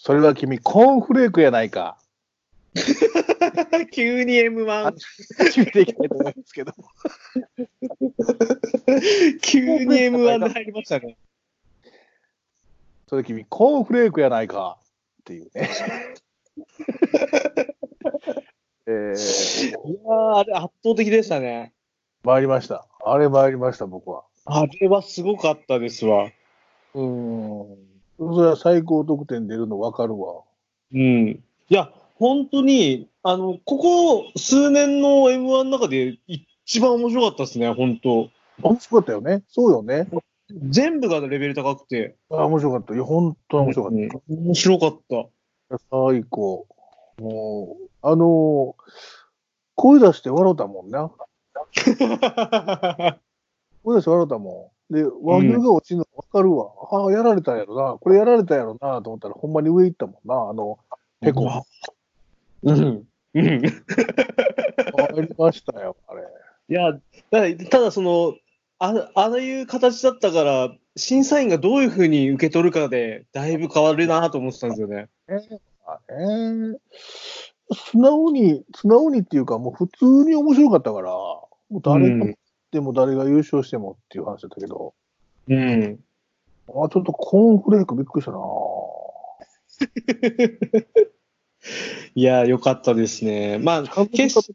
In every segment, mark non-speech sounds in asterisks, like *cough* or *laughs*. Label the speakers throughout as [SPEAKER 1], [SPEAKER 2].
[SPEAKER 1] それは君、コーンフレークやないか。
[SPEAKER 2] *laughs* 急に M1
[SPEAKER 1] あ、始めていきたいと思うんですけど。
[SPEAKER 2] *laughs* 急に M1 で入りましたね。
[SPEAKER 1] それ君、コーンフレークやないか。っていう *laughs* ね。えー、
[SPEAKER 2] いやー、あれ圧倒的でしたね。
[SPEAKER 1] 参りました。あれ参りました、僕は。
[SPEAKER 2] あれはすごかったですわ。
[SPEAKER 1] うーん。それは最高得点出るの分かるわ。
[SPEAKER 2] うん。いや、本当に、あの、ここ数年の M1 の中で一番面白かったですね、本当
[SPEAKER 1] 面白かったよね。そうよね。
[SPEAKER 2] 全部がレベル高くて。
[SPEAKER 1] あ面白かった。いや、本当に面白かった。
[SPEAKER 2] うん面白かった。
[SPEAKER 1] 最高。もう、あのー声出して笑うたもんな。
[SPEAKER 2] *laughs*
[SPEAKER 1] 声出して笑うたもん。で、和牛が落ちるの分かるわ。ああ、やられたんやろな。これやられたんやろなと思ったら、ほんまに上行ったもんな。あの、ペコ。あ
[SPEAKER 2] うん。う
[SPEAKER 1] り
[SPEAKER 2] ん。
[SPEAKER 1] ましたよ、あれ。
[SPEAKER 2] いや、だただその、あああいう形だったから、審査員がどういうふうに受け取るかで、だいぶ変わるなと思ってたんですよね。
[SPEAKER 1] あれ素直に、素直にっていうか、もう普通に面白かったから、もう誰が
[SPEAKER 2] う
[SPEAKER 1] 勝
[SPEAKER 2] ん
[SPEAKER 1] っても誰が優勝してもっていう話だったけど、
[SPEAKER 2] うん。
[SPEAKER 1] あちょっとコーンフレークびっくりしたな。
[SPEAKER 2] いや、良かったですね。まあ、決決勝、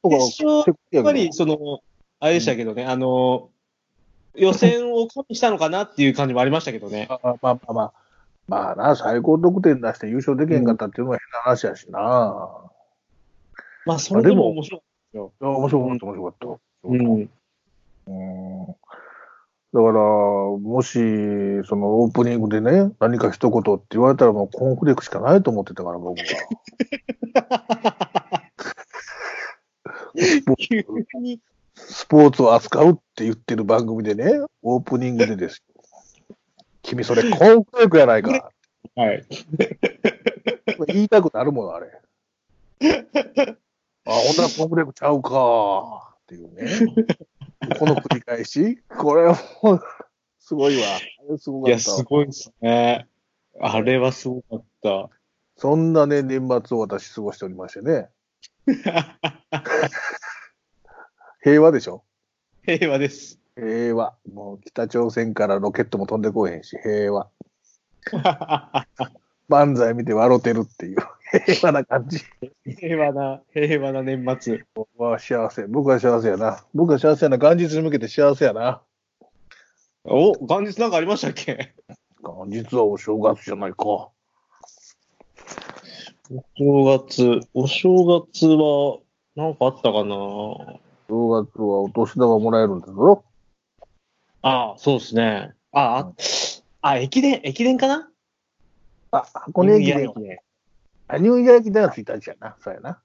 [SPEAKER 2] やっぱり、その、あれでしたけどね、あの、予選を加味したのかなっていう感じもありましたけどね。
[SPEAKER 1] まあまあまあまあ、まあな、最高得点出して優勝できへんかったっていうのは変な話やしな。
[SPEAKER 2] まあ、それでも面白かっ
[SPEAKER 1] いや面白かった、面白かった。
[SPEAKER 2] た。うん。
[SPEAKER 1] うんだから、もし、そのオープニングでね、何か一言って言われたらもうコーンフレークしかないと思ってたから、
[SPEAKER 2] *laughs*
[SPEAKER 1] 僕は。
[SPEAKER 2] 急に。
[SPEAKER 1] スポーツを扱うって言ってる番組でね、オープニングでですよ。君それコーンフレークやないか。
[SPEAKER 2] *laughs* はい。
[SPEAKER 1] 言いたくなるもの、あれ。
[SPEAKER 2] *laughs*
[SPEAKER 1] あ、ほんならコーンフレークちゃうか。っていうね。この繰り返し。これはもう、すごいわ。あれすごかっ
[SPEAKER 2] いや、
[SPEAKER 1] た
[SPEAKER 2] す
[SPEAKER 1] わ。
[SPEAKER 2] ごいですね。あれはすごかった。
[SPEAKER 1] そんなね、年末を私過ごしておりましてね。平和でしょ
[SPEAKER 2] 平和です。
[SPEAKER 1] 平和。もう北朝鮮からロケットも飛んでこえへんし、平和。漫才見て笑てるっていう、平和な感じ。
[SPEAKER 2] 平和な、平和な年末。
[SPEAKER 1] わあ、幸せ。僕は幸せやな。僕は幸せやな。元日に向けて幸せやな。
[SPEAKER 2] お、元日なんかありましたっけ
[SPEAKER 1] 元日はお正月じゃないか。
[SPEAKER 2] お正月、お正月は、なんかあったかな
[SPEAKER 1] 正月はお年玉もらえるんだぞ。
[SPEAKER 2] ああ、そうですね。ああ、あ、駅伝、駅伝かな
[SPEAKER 1] あ、箱根駅
[SPEAKER 2] ニューイヤ
[SPEAKER 1] 伝
[SPEAKER 2] ー。駅伝。
[SPEAKER 1] あ、ニューイヤー駅伝は1日やな。そうやな。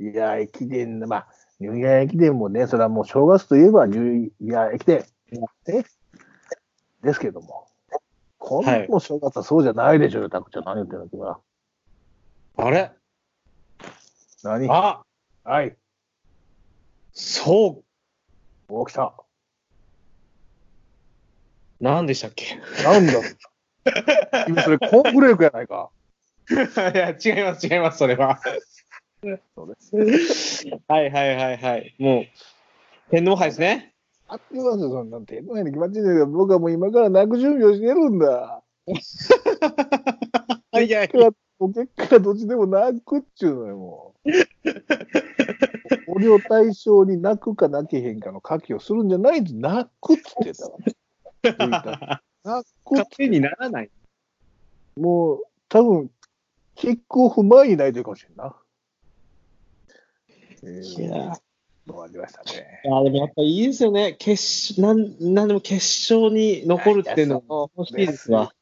[SPEAKER 1] いやー、駅伝、まあ、ニューイヤー駅伝もね、それはもう正月といえばニューイヤー駅伝。ね、ですけども。こ
[SPEAKER 2] はい
[SPEAKER 1] の正月はそうじゃないでしょうよ、たくちゃん。何言ってるの君は。
[SPEAKER 2] あれ
[SPEAKER 1] 何
[SPEAKER 2] あ、
[SPEAKER 1] はい。
[SPEAKER 2] そ
[SPEAKER 1] お、来た。
[SPEAKER 2] う、なんでしたっけ
[SPEAKER 1] *laughs* なんだ。君それコーンフレークやないか。
[SPEAKER 2] *laughs* いや、違います、違います、それは。
[SPEAKER 1] そうです。
[SPEAKER 2] はいはいはいはい。もう、天皇杯ですね。
[SPEAKER 1] あってますよ、そんなんて。前に決まってんだけど、僕はもう今から泣く準備をしてるんだ。
[SPEAKER 2] はいはい
[SPEAKER 1] 結果もう結果どっちでも泣くっちゅうのよ、もう。
[SPEAKER 2] *laughs*
[SPEAKER 1] 俺を対象に泣くか泣けへんかの書きをするんじゃない泣くっつってたわ。泣くっ
[SPEAKER 2] 勝手にならない。
[SPEAKER 1] もう、多分、キックオフ前に泣いてるかもしれんな。え
[SPEAKER 2] いや
[SPEAKER 1] ー、
[SPEAKER 2] ー
[SPEAKER 1] もうありましたね。
[SPEAKER 2] あーでもやっぱいいですよね。決勝、なん、なんでも決勝に残るっていうのも欲しいですわ。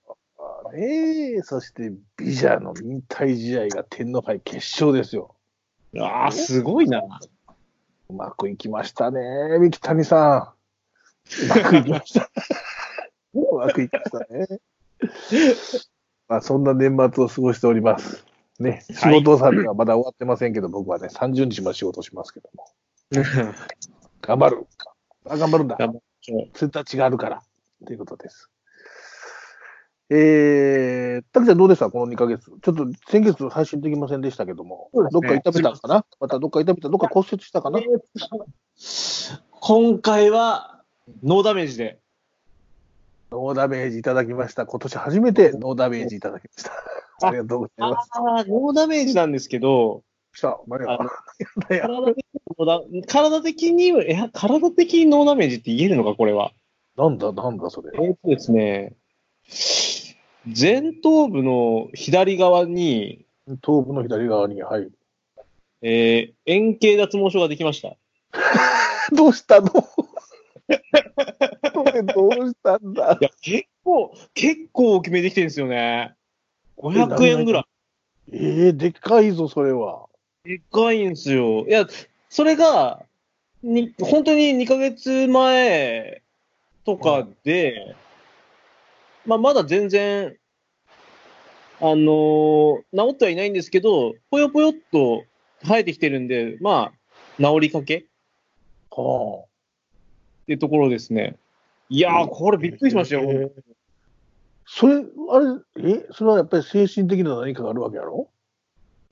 [SPEAKER 1] ねえ、そして、ビジャの引退試合が天皇杯決勝ですよ。
[SPEAKER 2] ああ、すごいな。
[SPEAKER 1] うまくいきましたね、三木谷さん。うまくいきました。 *laughs* うまくいきましたね。まあ、そんな年末を過ごしております。ね、仕
[SPEAKER 2] はい
[SPEAKER 1] 事納めはまだ終わってませんけど、僕はね、30日も仕事しますけども。頑張る。あ頑張るんだ。
[SPEAKER 2] 頑張
[SPEAKER 1] 1日があるから。ということです。えーっ滝ちゃんどうでしたこの2ヶ月。ちょっと先月配信できませんでしたけども、
[SPEAKER 2] そうです
[SPEAKER 1] どっ
[SPEAKER 2] ね
[SPEAKER 1] か痛めたのかなまたどっか痛めた、どっか骨折したかな
[SPEAKER 2] 今回は、ノーダメージで。
[SPEAKER 1] ノーダメージいただきました。今年初めてノーダメージいただきました。
[SPEAKER 2] あ
[SPEAKER 1] ありがとうござい
[SPEAKER 2] あ
[SPEAKER 1] ます。
[SPEAKER 2] あ、ノーダメージなんですけど、
[SPEAKER 1] さあ、マリア
[SPEAKER 2] あの。
[SPEAKER 1] いや
[SPEAKER 2] 体的にノーダ体的に、いや、体的にノーダメージって言えるのか、これは。
[SPEAKER 1] なんだ、なんだ、それ。
[SPEAKER 2] えっとですね、前頭部の左側に、
[SPEAKER 1] 頭部の左側に、はい。
[SPEAKER 2] えー円形脱毛症ができました。
[SPEAKER 1] *laughs* どう *laughs* したのそれどうしたんだ
[SPEAKER 2] いや、結構、結構大きめできてるんですよね。500円ぐら
[SPEAKER 1] ええでっかいぞ、それは。
[SPEAKER 2] い。でかいんですよ。いや、それが、に、本当に2ヶ月前とかで、まあ、まだ全然、あのー治ってはいないんですけど、ぽよぽよっと生えてきてるんで、まあ、治りかけ
[SPEAKER 1] は
[SPEAKER 2] っていうところですね。いやー、これ
[SPEAKER 1] あ。
[SPEAKER 2] びっくりしましたよ。
[SPEAKER 1] ええそれ、あれ、え、それはやっぱり精神的な何かがあるわけやろ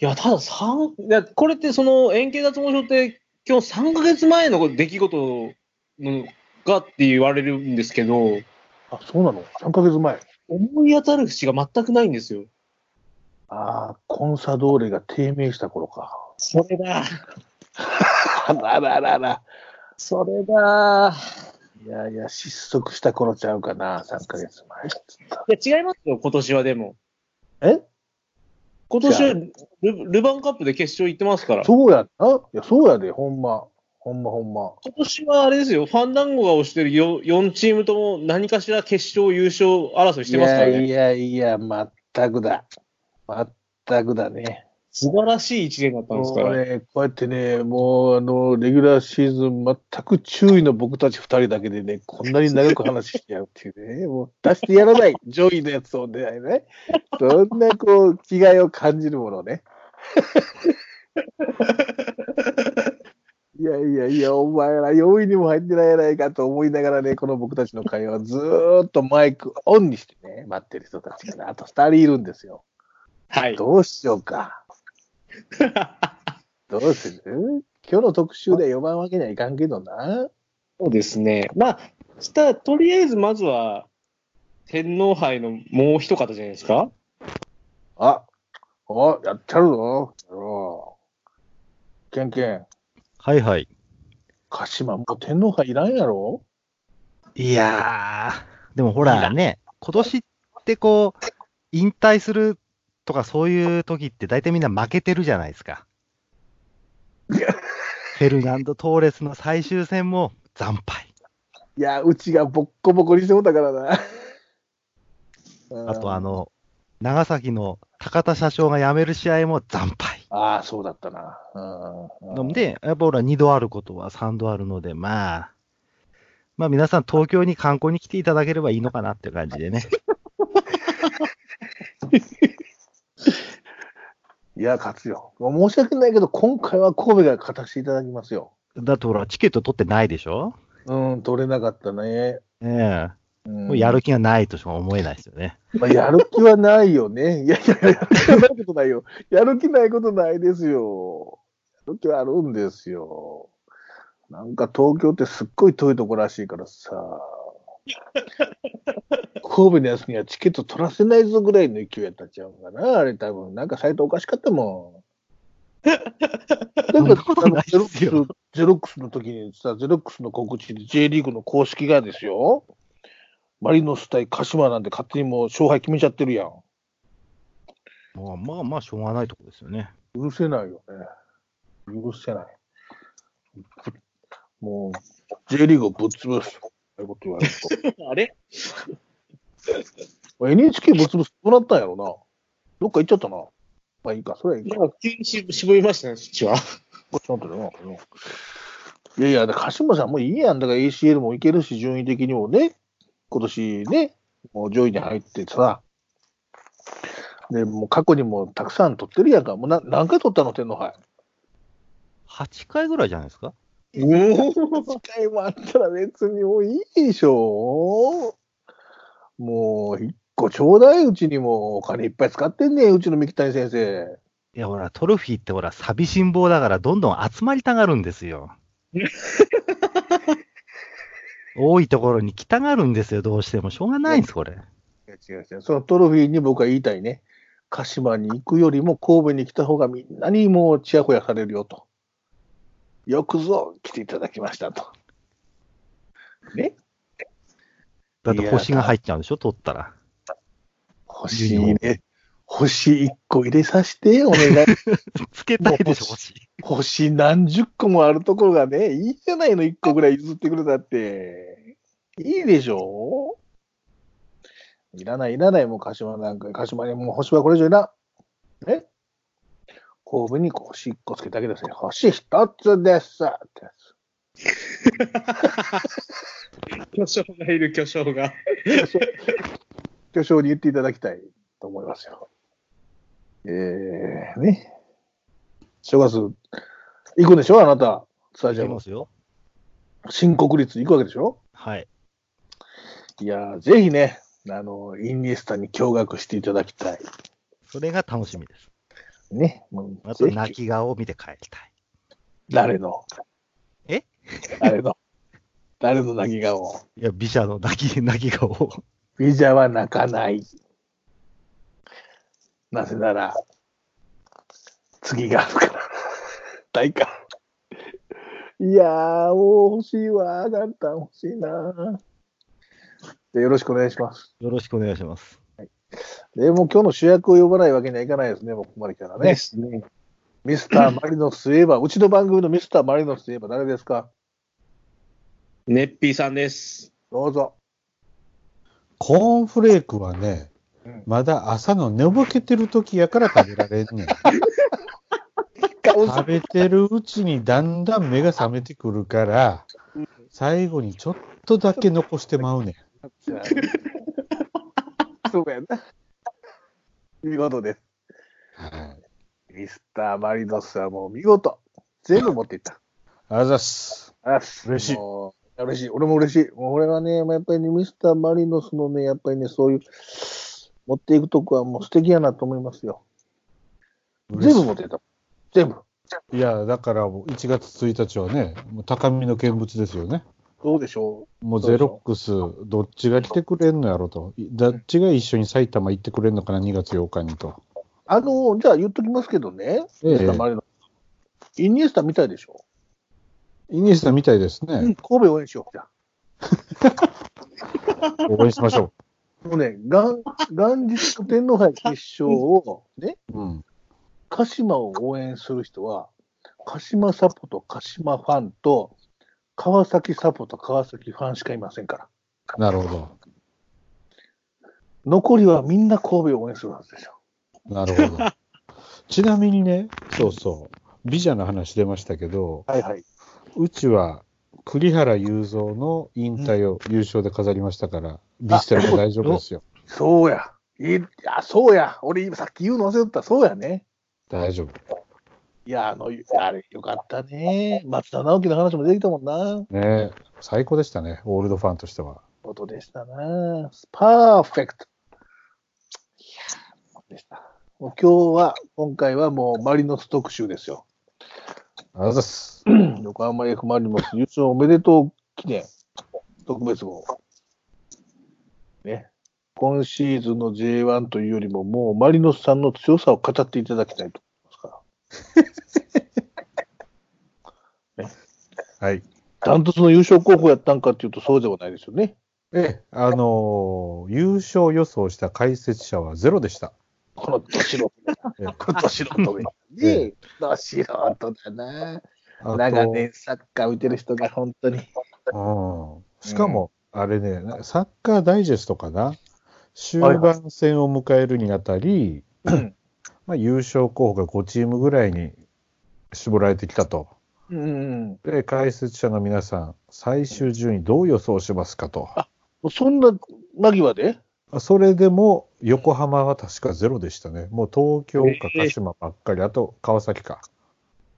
[SPEAKER 2] いや、ただ三いや、これってその円形脱毛症って、今日3ヶ月前の出来事のがって言われるんですけど、
[SPEAKER 1] あ、そうなの ?3 ヶ月前。
[SPEAKER 2] 思い当たる節が全くないんですよ。
[SPEAKER 1] ああ、コンサドーレが低迷した頃か。
[SPEAKER 2] それだ。
[SPEAKER 1] あらららら。
[SPEAKER 2] それだ。
[SPEAKER 1] いやいや、失速した頃ちゃうかな、3ヶ月前っつった
[SPEAKER 2] いや、違いますよ、今年はでも。
[SPEAKER 1] ら。え
[SPEAKER 2] 今年はルルヴァンカップで決勝行ってますから。
[SPEAKER 1] そうやな。いや、そうやで、ほんま。ほんまほんま。
[SPEAKER 2] 今年はあれですよ、ファンダンゴが推してる 4, 4チームとも何かしら決勝優勝争いしてますからね。
[SPEAKER 1] いやいやいや、全くだ。全くだね。
[SPEAKER 2] 素晴らしい一年だったんですか
[SPEAKER 1] もう
[SPEAKER 2] ら。
[SPEAKER 1] ね、こうやってね、もうあの、レギュラーシーズン全く注意の僕たち2人だけでね、こんなに長く話しちゃうっていうね、 *laughs* もう出してやら
[SPEAKER 2] *laughs*
[SPEAKER 1] ない、上位のやつをね、ねそんなこう、気概を感じるもの
[SPEAKER 2] *laughs*
[SPEAKER 1] ね。いやいやいや、お前ら4位にも入ってないやないかと思いながらね、この僕たちの会話をずーっとマイクオンにしてね、待ってる人たちがね、あと2人いるんですよ。
[SPEAKER 2] はい。
[SPEAKER 1] どうしようか。 *laughs* どうする今日の特集で呼ばんわけにはいかんけどな。
[SPEAKER 2] そうですね。まあ、したら、とりあえずまずは、天皇杯のもう一方じゃないですか。
[SPEAKER 1] あ、お、やっちゃるぞ。やろうケンケン、
[SPEAKER 3] はいはい。
[SPEAKER 1] 鹿島もう天皇杯いらんやろ
[SPEAKER 3] いやー、でもほらね、今年ってこう、引退するとかそういう時って大体みんな負けてるじゃないですか。フェルナンド・トーレスの最終戦も惨敗。
[SPEAKER 1] いや、うちがボッコボコにしてもたからな。うん
[SPEAKER 3] あとあ。の、長崎の高田社長が辞める試合も惨敗。
[SPEAKER 1] ああ、そうだったな。うんうん、
[SPEAKER 3] で、やっぱほら2度あることは3度あるので、まあ、まあ皆さん東京に観光に来ていただければいいのかなっていう感じでね。
[SPEAKER 1] いや、勝つよ。申し訳ないけど、今回は神戸が勝たせていただきますよ。
[SPEAKER 3] だってほら、チケット取ってないでしょ
[SPEAKER 1] うん、取れなかったね。
[SPEAKER 3] ええ
[SPEAKER 1] うん
[SPEAKER 3] もうやる気がないとしか思えないですよね。
[SPEAKER 1] まあ、やる気はないよね。いやいや、やる気はないことないよ。やる気ないことないですよ。やる気はあるんですよ。なんか東京ってすっごい遠いとこらしいからさ。神戸のやつにはチケット取らせないぞぐらいの勢いやったんちゃうんかな。あれ多分、なんかサイトおかしかったもん。
[SPEAKER 3] そんなことない
[SPEAKER 1] ゼロッ
[SPEAKER 3] で
[SPEAKER 1] ク
[SPEAKER 3] す
[SPEAKER 1] ス
[SPEAKER 3] よ、
[SPEAKER 1] ゼロックスの時にさ、ゼロックスの告知で J リーグの公式がですよ。マリノス対鹿島なんて勝手にもう勝敗決めちゃってるやん。
[SPEAKER 3] まあまあまあ、しょうがないとこですよね。
[SPEAKER 1] 許せないよね。許せない。ぶもう、J リーグをぶっ潰す。ああいうこと言われる
[SPEAKER 2] *laughs* あれ
[SPEAKER 1] と。NHK ぶっ潰す。どうなったんやろな。どっか行っちゃったな。まあいいか、それはいい
[SPEAKER 2] な
[SPEAKER 1] か。
[SPEAKER 2] んか急にし渋りましたね、そっちは。
[SPEAKER 1] こっちのってるな。うんいやいや、だから鹿島さんもいいやん。だから ACL もいけるし、順位的にもね、今年ね、もう上位に入ってさ、で、もう過去にもたくさん取ってるやんか。もうな何回取ったの、天皇杯。
[SPEAKER 3] 8回ぐらいじゃないですか
[SPEAKER 1] 機会もあったら別にもういいでしょもう、引っ個ちょうだいうちにもお金いっぱい使ってんねうちの三木谷先生。
[SPEAKER 3] いや、ほら、トロフィーってほら、寂しん坊だから、どんどん集まりたがるんです *laughs* よ。多いところに来たがるんですよ、どうしても。しょうがないんです、これ。
[SPEAKER 1] いや違う違う。そのトロフィーに僕は言いたいね。鹿島に行くよりも神戸に来た方がみんなにもうちやほやされるよと。よくぞ来ていただきましたと。ね
[SPEAKER 3] だって星が入っちゃうんでしょ、取ったら。
[SPEAKER 1] 星にね、星1個入れさせて、お願い。
[SPEAKER 3] つけたいでしょ、
[SPEAKER 1] もう
[SPEAKER 3] 星。
[SPEAKER 1] 星何十個もあるところがね、いいじゃないの、1個ぐらい譲ってくれたって。いいでしょいらない、いらない、もう鹿島なんか、鹿島にもう星はこれ以上いらん。え神戸に星1個つけただけですね。星1つですってやつ
[SPEAKER 2] 巨匠がいる、巨匠が。
[SPEAKER 1] 巨匠に言っていただきたいと思いますよ。えー、ね。正月、行くんでしょあなた、スタジ
[SPEAKER 3] い
[SPEAKER 1] ア
[SPEAKER 3] き
[SPEAKER 1] ム
[SPEAKER 3] ま。すよ。
[SPEAKER 1] 新国立行くわけでしょ
[SPEAKER 3] はい。
[SPEAKER 1] いやー、ぜひね、あの、インニエスタに驚愕していただきたい。
[SPEAKER 3] それが楽しみです。
[SPEAKER 1] ね。もう
[SPEAKER 3] あと、
[SPEAKER 1] ぜひ
[SPEAKER 3] 泣き顔を見て帰りたい。
[SPEAKER 1] 誰の
[SPEAKER 3] え
[SPEAKER 1] 誰の誰の泣き顔
[SPEAKER 3] いや、美写の泣き、泣き顔を。
[SPEAKER 1] ビジャは泣かない。なぜなら、次があるから。大観。いやー、もう欲しいわ。元旦欲しいな。でよろしくお願いします。
[SPEAKER 3] よろしくお願いします。
[SPEAKER 1] でもう今日の主役を呼ばないわけにはいかないですね、もうここまで来たらね。
[SPEAKER 2] すね。
[SPEAKER 1] ミスターマリノスといえば、うちの番組のミスターマリノスといえば誰ですか
[SPEAKER 2] ネッピーさんです。
[SPEAKER 1] どう
[SPEAKER 4] *laughs*
[SPEAKER 1] ぞ。
[SPEAKER 4] コーンフレークはね、まだ朝の寝ぼけてる時やから食べられんねん。食べてるうちにだんだん目が覚めてくるから、最後にちょっとだけ残してまうねん。
[SPEAKER 1] そうやな。見事です。
[SPEAKER 4] はい
[SPEAKER 1] ミスターマリノスはもう見事。全部持っていった。
[SPEAKER 4] あざっす。
[SPEAKER 1] あ
[SPEAKER 4] 嬉しい
[SPEAKER 1] もう嬉しい。俺も嬉しい。もう俺はね、まあやっぱりね、ミスターマリノスのね、やっぱりね、そういう、持っていくとこはもう素敵やなと思いますよ。全部持っていった。全部。
[SPEAKER 4] いや、だからもう1月1日はね、もう高みの見物ですよね。
[SPEAKER 1] どうでしょ
[SPEAKER 4] もうゼロックス、どっちが来てくれんのやろと。いどっちが一緒に埼玉行ってくれんのかな、2月8日にと。
[SPEAKER 1] うあの、じゃあ言っときますけどね、ミスターマリノス。イニエスタみたいでしょ
[SPEAKER 4] イニエスタみたいです
[SPEAKER 1] うん、 *laughs*
[SPEAKER 4] ね。
[SPEAKER 1] 神戸応援しよう。じゃあ
[SPEAKER 4] 応援しましょ
[SPEAKER 1] もうね、 *laughs* 元元日の天皇杯決勝を、ね、*laughs*
[SPEAKER 4] う。うん。
[SPEAKER 1] 鹿島を応援する人は、鹿島サポと鹿島ファンと、川崎サポと川崎ファンしかいませんから。
[SPEAKER 4] なるほど。
[SPEAKER 1] 残りはみんな神戸を応援するはずですよ。
[SPEAKER 4] なるほど。ちなみにね、そうそう、ビジャの話出ましたけど、
[SPEAKER 1] はいはい。
[SPEAKER 4] うちは栗原雄三の引退を優勝で飾りましたから、ビステラも大丈夫ですよ。
[SPEAKER 1] そうや。いいや、そうや。俺、今さっき言うの忘れてた。そうやね。
[SPEAKER 4] 大丈夫。
[SPEAKER 1] いや、あの、あれ、よかったね。松田直樹の話もできたもんな。
[SPEAKER 4] ねえ最高でしたね、オールドファンとしては。
[SPEAKER 1] ことでしたな。パーフェクト。いやーでした。もう今日は、今回はもうマリノス特集ですよ。
[SPEAKER 4] あざっす。
[SPEAKER 1] 横浜 F ・マリノス優勝おめでとう記念特別号。ね。今シーズンの J1 というよりも、もうマリノスさんの強さを語っていただきたいと思いますか
[SPEAKER 4] *laughs* はい。
[SPEAKER 1] ら。ダントツの優勝候補やったんかっていうと、そうではないですよね。
[SPEAKER 4] ええ、あのー優勝予想した解説者はゼロでした。
[SPEAKER 1] この年の、
[SPEAKER 4] ええ
[SPEAKER 1] *laughs* この年のと
[SPEAKER 4] え
[SPEAKER 1] ね、ど素人だな。
[SPEAKER 4] あと
[SPEAKER 1] 長年サッカー見てる人が本当に。
[SPEAKER 4] うんしかも、あれね、なサッカーダイジェストかな、終盤戦を迎えるにあたり、まあ、優勝候補が5チームぐらいに絞られてきたと。
[SPEAKER 1] うん。
[SPEAKER 4] で、解説者の皆さん、最終順位どう予想しますかと。
[SPEAKER 1] そんな間際で
[SPEAKER 4] それでも、横浜は確かゼロでしたね。もう東京か
[SPEAKER 2] ええ
[SPEAKER 4] 鹿島ばっかり、あと川崎か。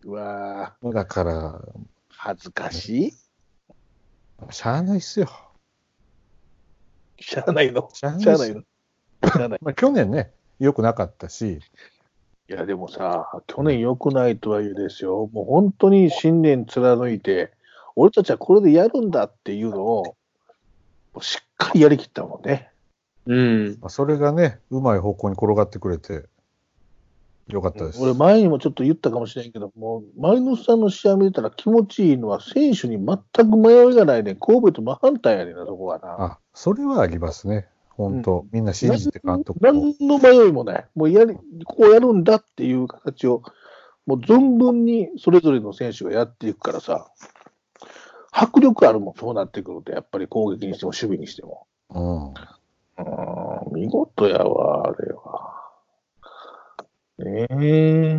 [SPEAKER 1] うわ
[SPEAKER 4] だから、
[SPEAKER 1] ー恥ずかしい。
[SPEAKER 4] しゃあないっすよ。
[SPEAKER 1] しゃあないの。
[SPEAKER 4] しゃあない
[SPEAKER 1] しゃあないの。ただ、い
[SPEAKER 4] まあ、去年ね、良くなかったし、
[SPEAKER 1] や、でもさ、去年良くないとはいえですよ、もう本当に信念貫いて、俺たちはこれでやるんだっていうのを、しっかりやりきったもんね。
[SPEAKER 2] うん。
[SPEAKER 4] まあ、それがね、うまい方向に転がってくれて、良かったです。
[SPEAKER 1] 俺、前にもちょっと言ったかもしれんけど、もう、マリノスさんの試合見てたら気持ちいいのは、選手に全く迷いがないね。神戸と真反対やねんな、そこはな。
[SPEAKER 4] あ、それはありますね。本当、みんな信じて監督を。
[SPEAKER 1] 何の迷いもない。もうやり、こうやるんだっていう形を、もう存分にそれぞれの選手がやっていくからさ、迫力あるもん、そうなってくると、やっぱり攻撃にしても守備にしても。
[SPEAKER 4] うん。
[SPEAKER 1] うーん見事やわ、あれは。ねえ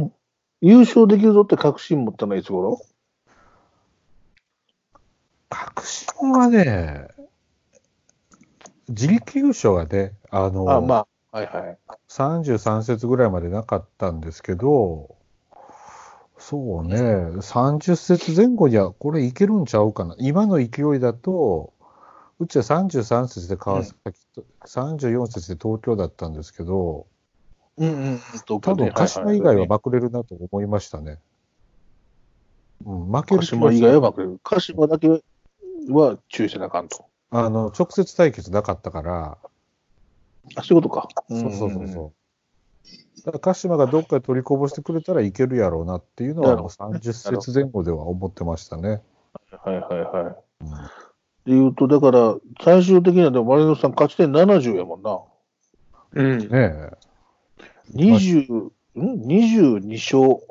[SPEAKER 1] 優勝できるぞって確信持ったのはいつ頃
[SPEAKER 4] 確信はね、自力優勝がね、あの、
[SPEAKER 1] あ、まあ、はいはい。
[SPEAKER 4] 33節ぐらいまでなかったんですけど、そうね、30節前後にはこれいけるんちゃうかな。今の勢いだと、うちは33節で川崎と、34節で東京だったんですけど、
[SPEAKER 1] うんうん。多
[SPEAKER 4] 多分鹿島以外はまくれるなと思いましたね。うん、負ける
[SPEAKER 1] 鹿島以外は負ける。鹿島だけは注意せなあかんと。
[SPEAKER 4] あの、直接対決なかったから、
[SPEAKER 1] あ、そういうことか。
[SPEAKER 4] そうそうそうそう。だから鹿島がどっかで取りこぼしてくれたらいけるやろうなっていうの
[SPEAKER 1] な
[SPEAKER 4] は、
[SPEAKER 1] るほ
[SPEAKER 4] 30節前後では思ってましたね。
[SPEAKER 1] うん。はいはいはい。
[SPEAKER 4] うん
[SPEAKER 1] で言うと、だから、最終的にはでもマリノスさん勝ち点70やもんな。
[SPEAKER 2] うん。
[SPEAKER 4] ね
[SPEAKER 1] 20、ん ?22 勝、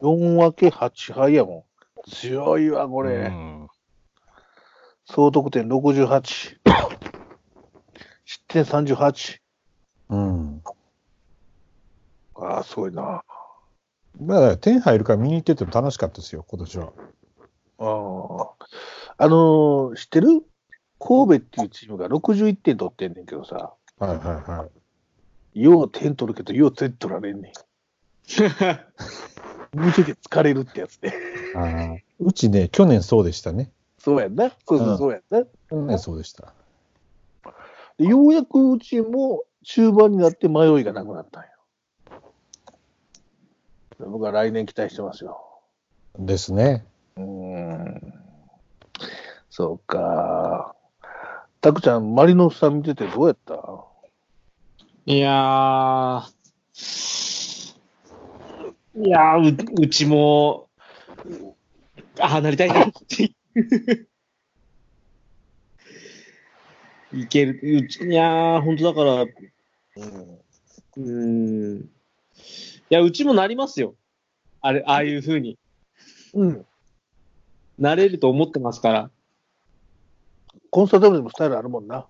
[SPEAKER 1] 4分け8敗やもん。強いわ、こ
[SPEAKER 3] こ
[SPEAKER 1] れ。
[SPEAKER 3] うん、
[SPEAKER 1] 総得点68。失点38。
[SPEAKER 4] え。うん。
[SPEAKER 1] ああ、すごいな。
[SPEAKER 4] まあ、天入るから見に行ってても楽しかったですよ、今年は。
[SPEAKER 1] あーあのー知ってる神戸っていうチームが61点取ってんねんけどさ、
[SPEAKER 4] はいはいは
[SPEAKER 1] よう点取るけど、よう点取られん *laughs* ねん。見てて疲れるってやつね。
[SPEAKER 4] い。あーうちね、去年そうでしたね。
[SPEAKER 1] そうやんな。そうそうそうやんな。
[SPEAKER 4] 去年そうでした。
[SPEAKER 1] でようやくうちも終盤になって迷いがなくなったんよ。僕は来年期待してますよ。
[SPEAKER 4] ですね。
[SPEAKER 1] うーん。そうか。たくちゃん、マリノスさん見ててどうやった
[SPEAKER 2] いやー、いやーう、うちも、ああ、なりたいなっていう。いける、うち、いやー、本当だから、う
[SPEAKER 1] うん。
[SPEAKER 2] ーん。いや、うちもなりますよ。あれ、ああいう風に。
[SPEAKER 1] うん。
[SPEAKER 2] なれると思ってますから。
[SPEAKER 1] コンサートでもスタイルあるもんな。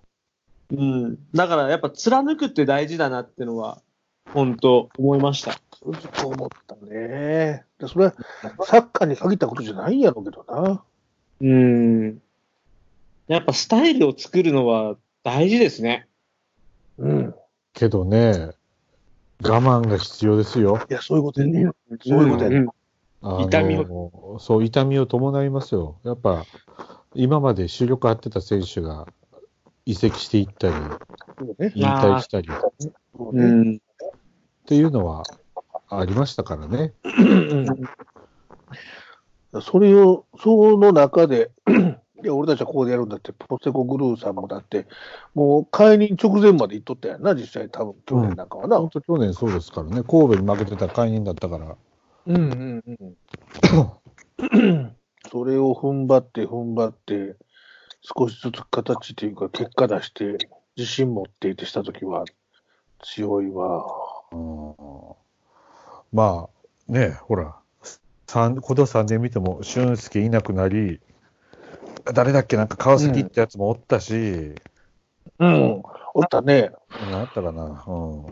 [SPEAKER 2] うん。だから、やっぱ貫くって大事だなってのは、本当思いました。
[SPEAKER 1] そう思ったね。でそれは、サッカーに限ったことじゃないんやろうけどな。
[SPEAKER 2] うん。やっぱスタイルを作るのは大事ですね。
[SPEAKER 1] うん。
[SPEAKER 4] けどね、我慢が必要ですよ。
[SPEAKER 1] いや、そういうことやね。そういうことやね。
[SPEAKER 4] あの
[SPEAKER 2] 痛み
[SPEAKER 4] そう、痛みを伴いますよ。やっぱ、今まで主力張ってた選手が移籍していったり、
[SPEAKER 1] そうね。
[SPEAKER 4] 引退したりっ
[SPEAKER 1] そう
[SPEAKER 2] う
[SPEAKER 1] ね
[SPEAKER 2] ん。
[SPEAKER 4] ていうのはありましたからね。
[SPEAKER 1] それを、その中で、 *clears throat* いや、俺たちはここでやるんだって、ポセコグルーさんもだって、もう解任直前まで行っとったやんな、実際、多分去年なんかはな。
[SPEAKER 4] 本当去年そうですからね。神戸に負けてた解任だったから。
[SPEAKER 1] うんうんうん。 *coughs* それを踏ん張って踏ん張って、少しずつ形というか結果出して、自信持っていてしたときは強いわ。
[SPEAKER 4] うんまあ、ね、ほら、三この3年見ても、俊介いなくなり、誰だっけ、なんか川崎ってやつもおったし、
[SPEAKER 1] うん。おったね。
[SPEAKER 4] なんやったかな。うん。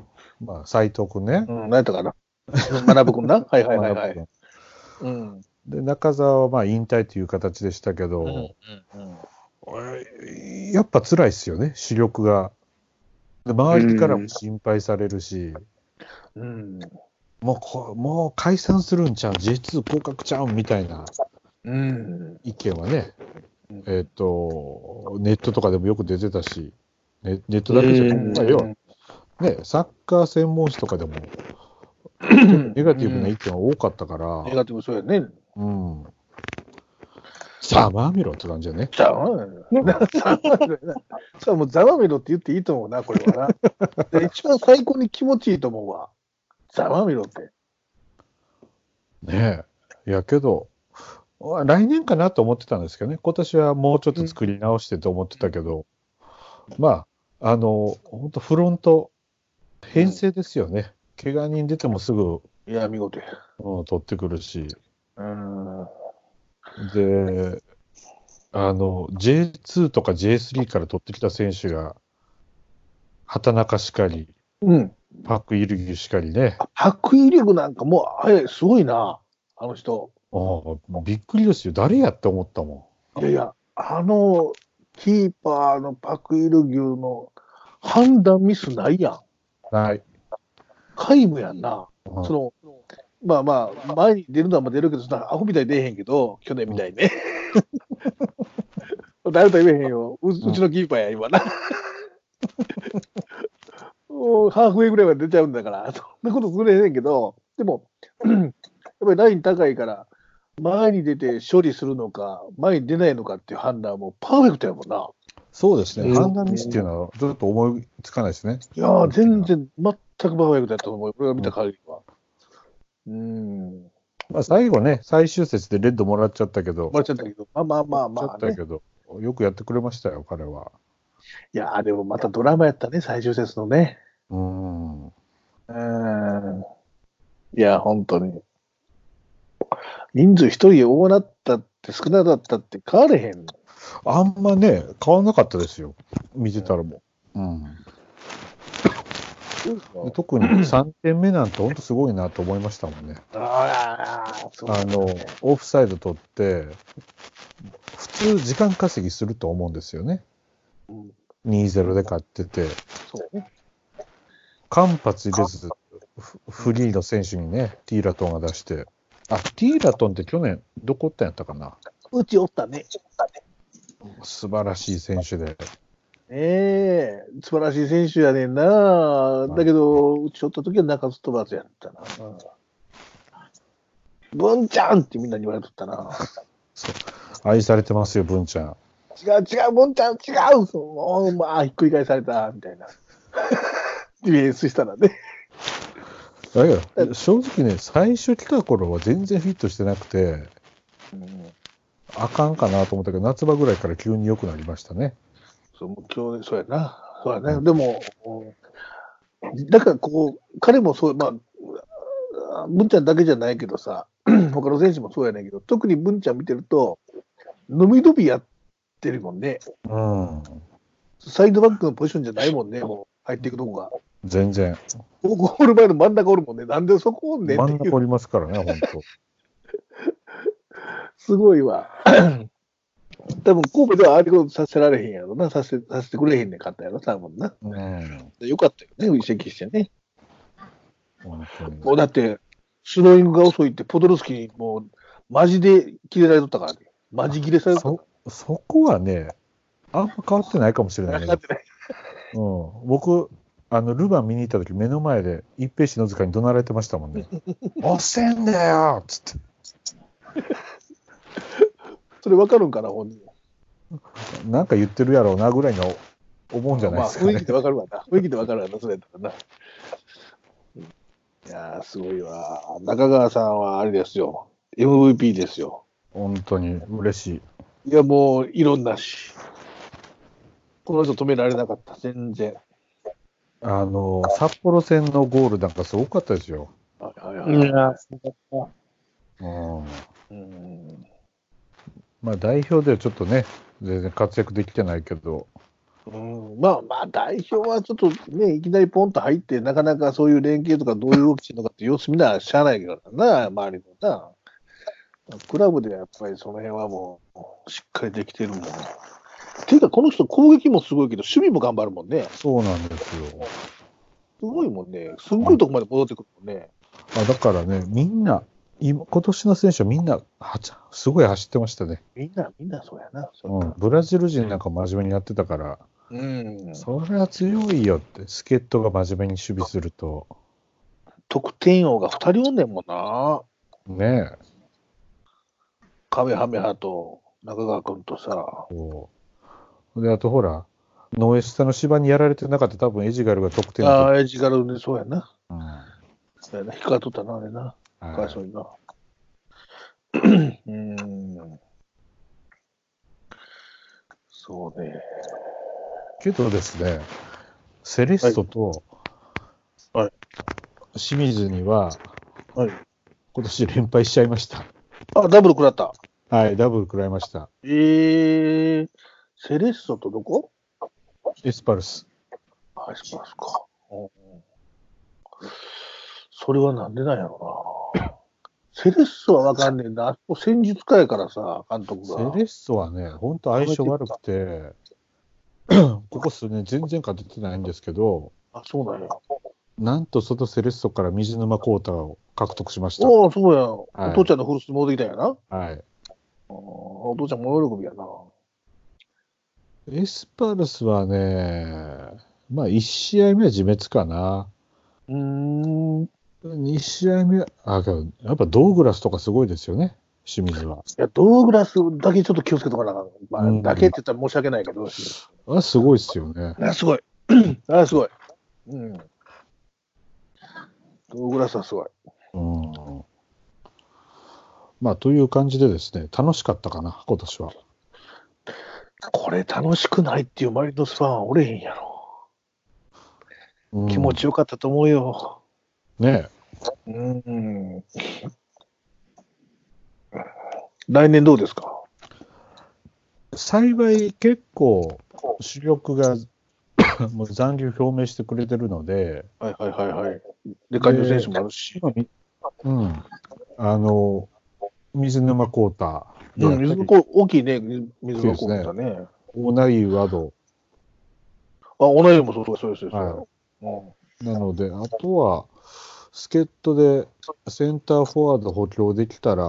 [SPEAKER 4] まあ、斎藤君ね。
[SPEAKER 1] うん、何やったかな。学ぶく *laughs* んな。はいはいはいは
[SPEAKER 4] 学
[SPEAKER 1] い。
[SPEAKER 4] 君
[SPEAKER 1] うん。
[SPEAKER 4] で中澤はまあ引退という形でしたけど、やっぱ辛いですよね、主力が。で周りからも心配されるし、
[SPEAKER 1] うん。
[SPEAKER 4] もうこもう解散するんちゃう、J2 降格ちゃうんみたいな
[SPEAKER 1] うん。
[SPEAKER 4] 意見はね
[SPEAKER 1] うん、
[SPEAKER 4] えっ、と、ネットとかでもよく出てたし、ネネットだけじゃな
[SPEAKER 2] うん
[SPEAKER 4] い、まあ要はね、サッカー専門誌とかでも、ネガティブな意見は多かったから
[SPEAKER 1] ネ、ガティブそうやね。
[SPEAKER 4] うん。ざまあみろって感じだね。
[SPEAKER 1] ざま *laughs* あみろな。ざまあみろなそうもうざまあみろって言っていいと思うな、これはな。で一番最高に気持ちいいと思うわ。ざまあみろって。
[SPEAKER 4] ねえ。いやけど、あ来年かなと思ってたんですけどね、今年はもうちょっと作り直してと思ってたけど、まあ、あの、本当フロント、編成ですよね。怪我人出てもすぐ、
[SPEAKER 1] いや、見事や。
[SPEAKER 4] うん、取ってくるし。
[SPEAKER 1] うん。は
[SPEAKER 4] で、あの、J2 とか J3 から取ってきた選手が、畑中しかり、
[SPEAKER 1] うん。
[SPEAKER 4] パク・イルギュしかりね、
[SPEAKER 1] 白衣力なんかもう、あれ、すごいな。あの人。
[SPEAKER 4] ああもうびっくりですよ、誰やって思ったも
[SPEAKER 1] いやいや、あの、キーパーのパクイル牛の判断ミスないやん。
[SPEAKER 4] ん。はい。
[SPEAKER 1] 皆無やんな。
[SPEAKER 4] うん
[SPEAKER 1] その、まあまあ、前に出るのはまあ出るけど、そんなアホみたいに出えへんけど、去年みたいにね。 *laughs* 誰とは言えへんよ。ううちのキーパーや、今な。 *laughs* もうハーフウェイぐらいまで出ちゃうんだから、そんなことすれへんけど、でも、 *clears throat* やっぱりライン高いから、前に出て処理するのか、前に出ないのかっていう判断はもうパーフェクトやもんな。
[SPEAKER 4] そうです
[SPEAKER 2] う
[SPEAKER 4] ね、
[SPEAKER 2] ん
[SPEAKER 4] 判断ミスっていうのは、ちょっと思いつかないですね。
[SPEAKER 1] いやー、全然、全くパーフェクトやと思う。俺が見た限りは。うん。
[SPEAKER 4] まあ、最後ね、最終節でレッドもらっちゃったけど、
[SPEAKER 1] もらっちゃったけど、まあまあまあ
[SPEAKER 4] もら
[SPEAKER 1] ま
[SPEAKER 4] っち
[SPEAKER 1] あ、
[SPEAKER 4] ゃっ
[SPEAKER 1] ね
[SPEAKER 4] た。けど、よくやってくれましたよ、彼は。
[SPEAKER 1] いやー、でもまたドラマやったね、最終節のね。
[SPEAKER 4] うん。
[SPEAKER 1] うーん。いや、本当に。人数一人多なったって少なかったって変われへん。
[SPEAKER 4] あんまね、変わんなかったですよ、見てたらもう。うんで特に3点目なんて本当すごいなと思いましたもんね。
[SPEAKER 1] ああ、そう
[SPEAKER 4] あの、オフサイド取って、普通時間稼ぎすると思うんですよね。
[SPEAKER 1] うん
[SPEAKER 4] 2-0で勝ってて、
[SPEAKER 1] そうね。
[SPEAKER 4] 間髪入れず、フフリーの選手にね、ティーラトンが出して。あ、ティーラトンって去年どこおったんやったかな
[SPEAKER 1] うちおったね。
[SPEAKER 4] 素晴らしい選手で。
[SPEAKER 1] ねえ素晴らしい選手やねんな。だけど、うちおった時は中津飛ばずやったな。文ちゃんってみんなに言われとったな。
[SPEAKER 4] 愛されてますよ、文ちゃん。
[SPEAKER 1] 違う違う、もんちゃん違うもう、まあ、ひっくり返された、みたいな。ディフェンスしたらね。
[SPEAKER 4] だけど、正直ね、最初来た頃は全然フィットしてなくて、あかんかなと思ったけど、夏場ぐらいから急に良くなりましたね。
[SPEAKER 1] そう、もう今日ね、そうやな。そうやね。でも、だからこう、彼もそう、まあ、文ちゃんだけじゃないけどさ、 *clears throat* 他の選手もそうやねんけど、特に文ちゃん見てると、伸び伸びやってるもんね。
[SPEAKER 4] うん。
[SPEAKER 1] サイドバックのポジションじゃないもんね、もう入っていくとこが。
[SPEAKER 4] 全然。
[SPEAKER 1] ゴール前の真ん中おるもんね。なんでそこおんねんっ
[SPEAKER 4] 真
[SPEAKER 1] て
[SPEAKER 4] ん
[SPEAKER 1] いう
[SPEAKER 4] 中おりますからね、本当。
[SPEAKER 1] すごいわ。 *coughs* 多分神戸ではああいうことさせられへんやろな、させさせてくれへんねんかったやろ、多分な。
[SPEAKER 4] うん。
[SPEAKER 1] でよかったよね、移籍してね。
[SPEAKER 4] 本当に
[SPEAKER 1] もうだって、スローイングが遅いって、ポドルスキーにもう、マジで切れられとったからね。マジ切れされとっ
[SPEAKER 4] そ、そこはね、あんま変わってないかもしれ
[SPEAKER 1] た
[SPEAKER 4] ない
[SPEAKER 1] から
[SPEAKER 4] ね。。うん。僕、あの、ルヴァン見に行った時、目の前で一平篠塚に怒鳴られてましたも
[SPEAKER 1] *laughs*
[SPEAKER 4] んね。押せんだよつって。
[SPEAKER 1] それわかるんかな、本人。
[SPEAKER 4] なんか言ってるやろうなぐらいの思うんじゃない
[SPEAKER 1] ま
[SPEAKER 4] で
[SPEAKER 1] あ、
[SPEAKER 4] すかね。
[SPEAKER 1] 雰囲気でわかるわな。雰囲気でわかるわな、それやったらな。いやー、すごいわ。中川さんはあれですよ。MVP ですよ。
[SPEAKER 4] 本当に嬉しい。
[SPEAKER 1] いや、もう、いろんなし。この人止められなかった、全然。
[SPEAKER 4] あの、札幌戦のゴールなんかすごかったですよ。
[SPEAKER 1] はいはいはい。
[SPEAKER 2] や、
[SPEAKER 4] う
[SPEAKER 1] う
[SPEAKER 4] ん。
[SPEAKER 1] ん
[SPEAKER 4] まあ代表ではちょっとね、全然活躍できてないけど、
[SPEAKER 1] うん、まあまあ、代表はちょっとね、いきなりポンと入って、なかなかそういう連携とか、どういう動きしてるのかって様子見ならしゃあないからな、周りのな。クラブでやっぱりその辺はもう、しっかりできてるもん。ていうか、この人、攻撃もすごいけど、守備も頑張るもんね。
[SPEAKER 4] そうなんですよ。
[SPEAKER 1] すごいもんね。すんごいとこまで戻ってくるもんね。
[SPEAKER 4] あだからね、みんな、今今年の選手はみんな、はちゃすごい走ってましたね、
[SPEAKER 1] みんな、みんなそうやな。そ
[SPEAKER 4] うん
[SPEAKER 1] う。
[SPEAKER 4] ブラジル人なんか真面目にやってたから、
[SPEAKER 1] うん。
[SPEAKER 4] それは強いよって、助っ人が真面目に守備すると、
[SPEAKER 1] 得点王が2人おんねんもんな。
[SPEAKER 4] ねえ、
[SPEAKER 1] カメハメハと中川君とさ。
[SPEAKER 4] こう。で、あとほら、ノエスタの芝にやられてなかったら多分エジガルが得点
[SPEAKER 1] あ
[SPEAKER 4] を
[SPEAKER 1] あ、エジカルでそうやな。
[SPEAKER 4] 取る
[SPEAKER 1] そうやな。引っかかっとったな、あれな。
[SPEAKER 4] うん
[SPEAKER 1] かわ
[SPEAKER 4] はい
[SPEAKER 1] そう
[SPEAKER 4] い
[SPEAKER 1] に
[SPEAKER 4] *clears throat*
[SPEAKER 1] な。うん。そうね。
[SPEAKER 4] けどですね、セレストと、
[SPEAKER 1] はい
[SPEAKER 4] 清水には
[SPEAKER 1] はい。
[SPEAKER 4] 今年連敗しちゃいました。
[SPEAKER 1] あ、ダブル食らった。
[SPEAKER 4] はい、ダブル食らいました。
[SPEAKER 1] えー、セレッソとどこ
[SPEAKER 4] エスパルス。
[SPEAKER 1] あ、しますか。うんうんそれはなんでなんやろうな。セレッソはわかんねえな。あそこ戦術家やからさ、監督
[SPEAKER 4] セ
[SPEAKER 1] が。
[SPEAKER 4] レッソはね、本当相性悪くて、ここ数年全然勝ててないんですけど、
[SPEAKER 1] あ、そうなんや。
[SPEAKER 4] なんとそのセレッソから水沼孝太を獲得しました。
[SPEAKER 1] おお、そうや、
[SPEAKER 4] い
[SPEAKER 1] お父ちゃんの古巣に戻ってきたんやな。あ
[SPEAKER 4] はい。
[SPEAKER 1] ーお父ちゃんも喜びやな。
[SPEAKER 4] エスパルスはね、まあ1試合目は自滅かな。
[SPEAKER 1] うーん。い
[SPEAKER 4] 2試合目は、あ、けどやっぱドーグラスとかすごいですよね、清水は。
[SPEAKER 1] や、ドーグラスだけちょっと気をつけとかなあかん。ま
[SPEAKER 4] う
[SPEAKER 1] あ、
[SPEAKER 4] ん
[SPEAKER 1] だけって言ったら申し訳ないけど。
[SPEAKER 4] あすごいですよね。
[SPEAKER 1] あ、すごい。 *clears throat* あ、すごい。うん。ドーグラスはすごい。
[SPEAKER 4] うん。まあという感じでですね、楽しかったかな、今年は。
[SPEAKER 1] これ楽しくないっていうマリノスファンはおれへんやろ。
[SPEAKER 4] うん
[SPEAKER 1] 気持ちよかったと思うよ。
[SPEAKER 4] ね
[SPEAKER 1] うん。来年どうですか
[SPEAKER 4] 幸い結構主力がもう残留表明してくれてるので、
[SPEAKER 1] はいはいはいはい。で、加入選手もあるし。
[SPEAKER 4] まあみうん、あの水沼孝太、
[SPEAKER 1] うん、水の子、大きいね、水の子だね。あ、
[SPEAKER 4] オナイワド
[SPEAKER 1] 同じもそうそうそうですよ。
[SPEAKER 4] なので、あとは助っ人でセンターフォワード補強できたら、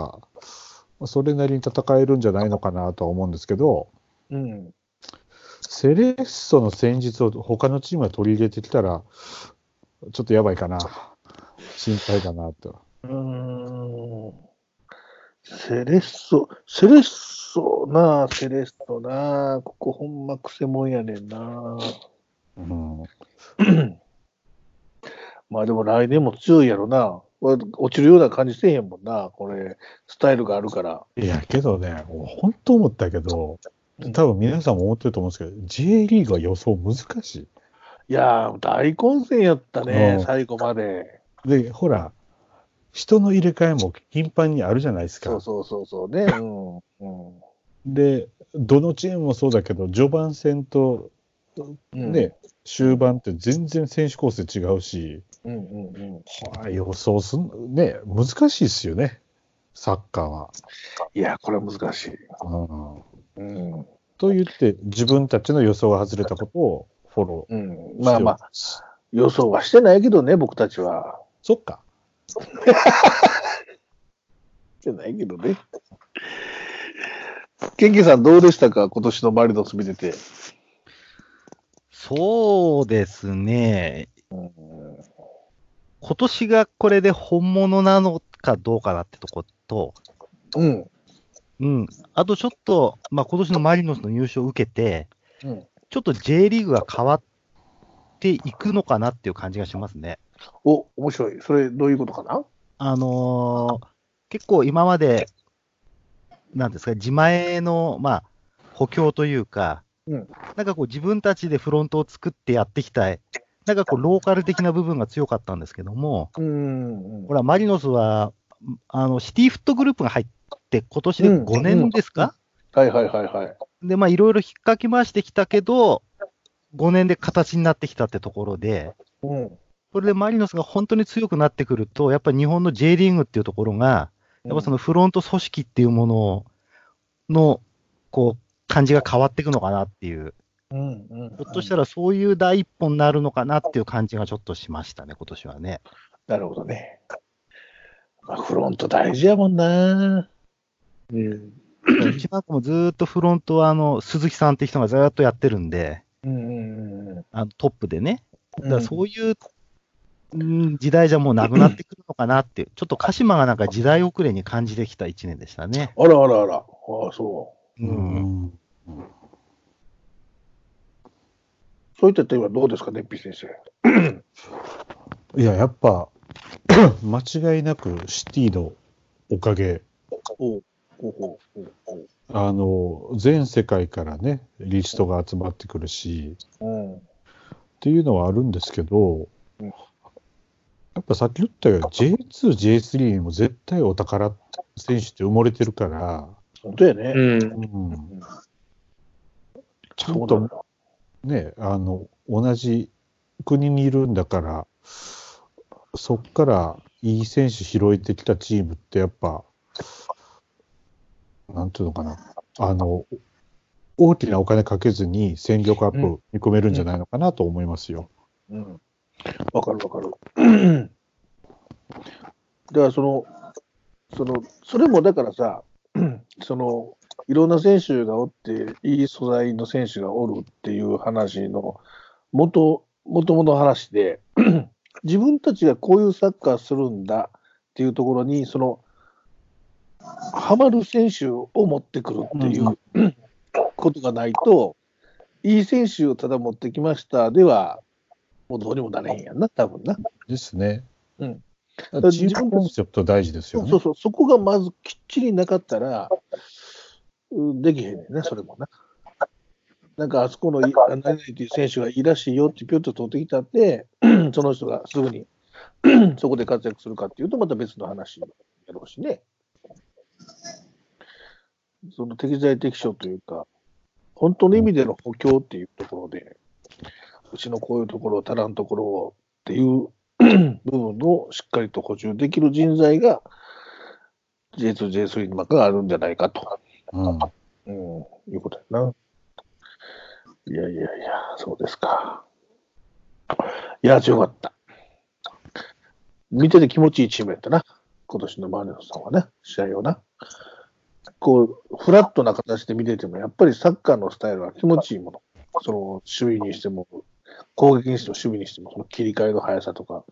[SPEAKER 4] まあそれなりに戦えるんじゃないのかなとは思うんですけど、
[SPEAKER 1] うん。
[SPEAKER 4] セレッソの戦術を他のチームが取り入れてきたら、ちょっとやばいかな、心配だなと。
[SPEAKER 1] うん。セレッソ、セレッソな、セレッソな、ここほんまくせもんやねんな。
[SPEAKER 4] うん
[SPEAKER 1] まあでも来年も強いやろな。これ落ちるような感じせえへんもんな。これ、スタイルがあるから。
[SPEAKER 4] いや、けどね、本当思ったけど、多分皆さんも思ってると思うんですけど、J リーグは予想難し
[SPEAKER 1] いやー、大混戦やった
[SPEAKER 4] う
[SPEAKER 1] ね
[SPEAKER 4] ん、
[SPEAKER 1] 最後まで。
[SPEAKER 4] い。で、ほら、人の入れ替えも頻繁にあるじゃないですか。
[SPEAKER 1] そうそうそうそう
[SPEAKER 4] *laughs*
[SPEAKER 1] ね。うん。うん
[SPEAKER 4] で、どのチームもそうだけど、序盤戦と、
[SPEAKER 1] うん。
[SPEAKER 4] ね、終盤って全然選手構成違うし、
[SPEAKER 1] うんうんうん。
[SPEAKER 4] これ予想すん、ね、難しいですよね、サッカーは。
[SPEAKER 1] いや、これは難しい。
[SPEAKER 4] うん、
[SPEAKER 1] うん。
[SPEAKER 4] と言って、自分たちの予想が外れたことをフォロー
[SPEAKER 1] うん。
[SPEAKER 4] し
[SPEAKER 1] まあ
[SPEAKER 4] よう
[SPEAKER 1] まあ、予想はしてないけどね、僕たちは。
[SPEAKER 4] そっか。
[SPEAKER 1] してないけどね。ケンケンさん、どうでしたか今年のマリノス見てて。
[SPEAKER 3] そうですね。
[SPEAKER 1] うん。
[SPEAKER 3] 今年がこれで本物なのかどうかなってとこと、
[SPEAKER 1] うん。
[SPEAKER 3] うん。あとちょっと、まあ、今年のマリノスの優勝を受けて、
[SPEAKER 1] うん
[SPEAKER 3] ちょっと J リーグが変わっていくのかなっていう感じがしますね。
[SPEAKER 1] お、面白い。それ、どういうことかな
[SPEAKER 3] あのー結構今まで、なんですか、自前の、まあ、補強というか、
[SPEAKER 1] うん
[SPEAKER 3] なんかこう自分たちでフロントを作ってやってきたい、なんかこうローカル的な部分が強かったんですけども、
[SPEAKER 1] うん
[SPEAKER 3] ほら、マリノスは、あの、シティフットグループが入って、今年で5年ですか、
[SPEAKER 1] はいはいはいはい。
[SPEAKER 3] で、まあ、いろいろ引っかき回してきたけど、5年で形になってきたってところで、
[SPEAKER 1] うん。
[SPEAKER 3] これでマリノスが本当に強くなってくると、やっぱり日本の J リーグっていうところが、やっぱそのフロント組織っていうものの、こう、感じが変わっていくのかなっていう、
[SPEAKER 1] うんうん、
[SPEAKER 3] ひょっとした
[SPEAKER 1] ら。
[SPEAKER 3] らそういう第一歩になるのかなっていう感じがちょっとしましたね、今年は *clears throat* ね。
[SPEAKER 1] なるほどね。まあ、フロント大事やもんな。うん。
[SPEAKER 3] うちなんかもずーっとフロントは、あの、鈴木さんって人がずーっとやってるんで、
[SPEAKER 1] うんうん
[SPEAKER 3] あのトップでね。
[SPEAKER 1] う
[SPEAKER 3] だ
[SPEAKER 1] ん。
[SPEAKER 3] からそういう、うん時代じゃもうなくなってくるのかなっていう、ちょっと鹿島がなんか時代遅れに感じてきた一年でしたね。
[SPEAKER 1] あらあらあら。ああ、そう。
[SPEAKER 3] うん。
[SPEAKER 1] そういった点はどうですかね、ピ先生。
[SPEAKER 4] いや、やっぱ、 *clears throat* 間違いなくシティのおかげ、
[SPEAKER 1] おうおうおうおう
[SPEAKER 4] あの、全世界からね、リストが集まってくるし、
[SPEAKER 1] おう。
[SPEAKER 4] っていうのはあるんですけど、
[SPEAKER 1] うん
[SPEAKER 4] やっぱさっき言ったように J2、J3 にも絶対お宝選手って埋もれてるから、
[SPEAKER 1] 本当やね。
[SPEAKER 2] うん。
[SPEAKER 4] うんちゃ
[SPEAKER 1] そ
[SPEAKER 4] ん
[SPEAKER 1] うな
[SPEAKER 4] と
[SPEAKER 1] んだ。
[SPEAKER 4] ね、あの、同じ国にいるんだから、そっからいい選手拾えてきたチームってやっぱ、なんていうのかな、あの、大きなお金かけずに戦力アップ見込めるんじゃないのかなと思いますよ。
[SPEAKER 1] うん。わかるわかる。だからその、その、それもだからさ、 *clears throat* その、いろんな選手がおって、いい素材の選手がおるっていう話の元、元々の話で、 *clears throat* 自分たちがこういうサッカーするんだっていうところに、その、ハマる選手を持ってくるっていう *clears throat* ことがないと、いい選手をただ持ってきましたでは、もうどうにもなれへんやんな、多分な。
[SPEAKER 4] ですね。
[SPEAKER 1] うん
[SPEAKER 4] だからチームコンセプト大事ですよね。
[SPEAKER 1] そうそう、そこがまずきっちりなかったら、うんできへんねんな、それもな。なんかあそこのいあ何々っていう選手がいいらしいよってピュッと取ってきたって、 *clears throat* その人がすぐに *clears throat* そこで活躍するかっていうと、また別の話やろうしね。その適材適所というか、本当の意味での補強っていうところで、うちのこういうところ、足らんところをっていう *clears throat* 部分をしっかりと補充できる人材が J2、J3 の中があるんじゃないかと、
[SPEAKER 4] うん
[SPEAKER 1] うん、いうことやな。いやいやいや、そうですか。いや、強かった。見てて気持ちいいチームやったな。今年のマーネロさんはね、試合をな。こう、フラットな形で見てても、やっぱりサッカーのスタイルは気持ちいいもの。その、守備にしても、攻撃にしても守備にしても、その切り替えの速さとか、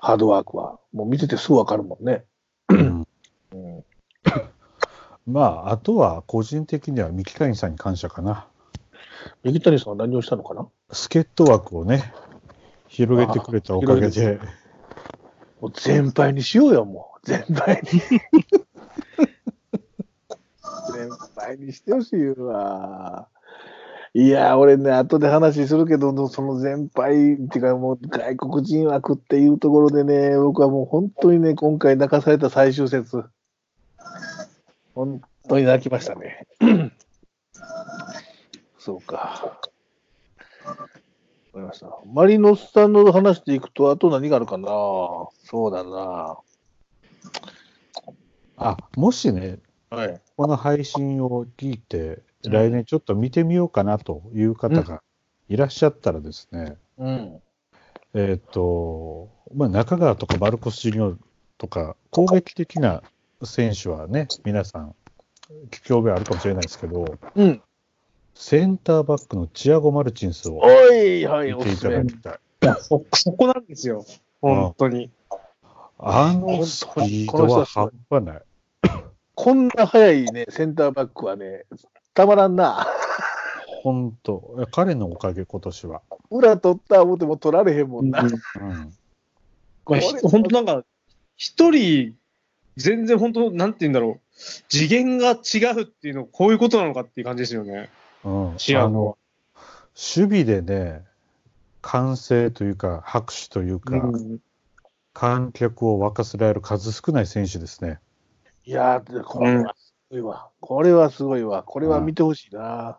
[SPEAKER 1] ハードワークは、もう見ててすぐわかるもんね。
[SPEAKER 4] うん
[SPEAKER 1] うん
[SPEAKER 4] まあ、あとは個人的には三木谷さんに感謝かな。
[SPEAKER 1] 右谷さんは何をしたのかな
[SPEAKER 4] 助っ人枠をね、広げてくれたおかげ
[SPEAKER 1] あ広
[SPEAKER 4] で、
[SPEAKER 1] もう全敗にしようよ、もう。全敗
[SPEAKER 4] *laughs*
[SPEAKER 1] に。全敗にしてほしいわ。いやー、俺ね、後で話するけど、その全敗っていうか、もう外国人枠っていうところでね、僕はもう本当にね、今回泣かされた最終節。本当に泣きましたね。 *clears throat* そうか。わかりました。マリノスさんの話でいくと、あと何があるかなそうだな。
[SPEAKER 4] あ、もしね、
[SPEAKER 1] はい。
[SPEAKER 4] この配信を聞いて、
[SPEAKER 1] うん
[SPEAKER 4] 来年ちょっと見てみようかなという方がいらっしゃったらですね、
[SPEAKER 1] うん。
[SPEAKER 4] えっ、と、まあ、中川とかマルコス・ジュニオとか、攻撃的な選手はね、皆さん、聞き覚えあるかもしれないですけど、
[SPEAKER 1] うん。
[SPEAKER 4] センターバックのチアゴ・マルチンスを
[SPEAKER 1] おい、はい、
[SPEAKER 4] 見
[SPEAKER 1] お
[SPEAKER 4] て
[SPEAKER 1] す
[SPEAKER 4] い
[SPEAKER 1] す
[SPEAKER 4] た
[SPEAKER 1] め
[SPEAKER 4] だ。きたい。
[SPEAKER 2] そ、そこなんですよ。本当に。
[SPEAKER 4] あのスピードは半端ない。
[SPEAKER 1] こんな速いね、センターバックはね、たまらんな。 *laughs*
[SPEAKER 4] 本当いや彼のおかげ、今年は。
[SPEAKER 1] 裏取った思っても取られへんもんな。
[SPEAKER 4] うん
[SPEAKER 2] これ、本当なんか、一人、全然本当、なんて言うんだろう。次元が違うっていうの、こういうことなのかっていう感じですよね。
[SPEAKER 4] うん、
[SPEAKER 2] チア
[SPEAKER 4] あ
[SPEAKER 2] ゴ
[SPEAKER 4] の守備でね、歓声というか、拍手というか、
[SPEAKER 2] うん
[SPEAKER 4] 観客を沸かせられる数少ない選手ですね。
[SPEAKER 1] いやー、これはすごいわ。これはすごいわ。これは見てほしいな。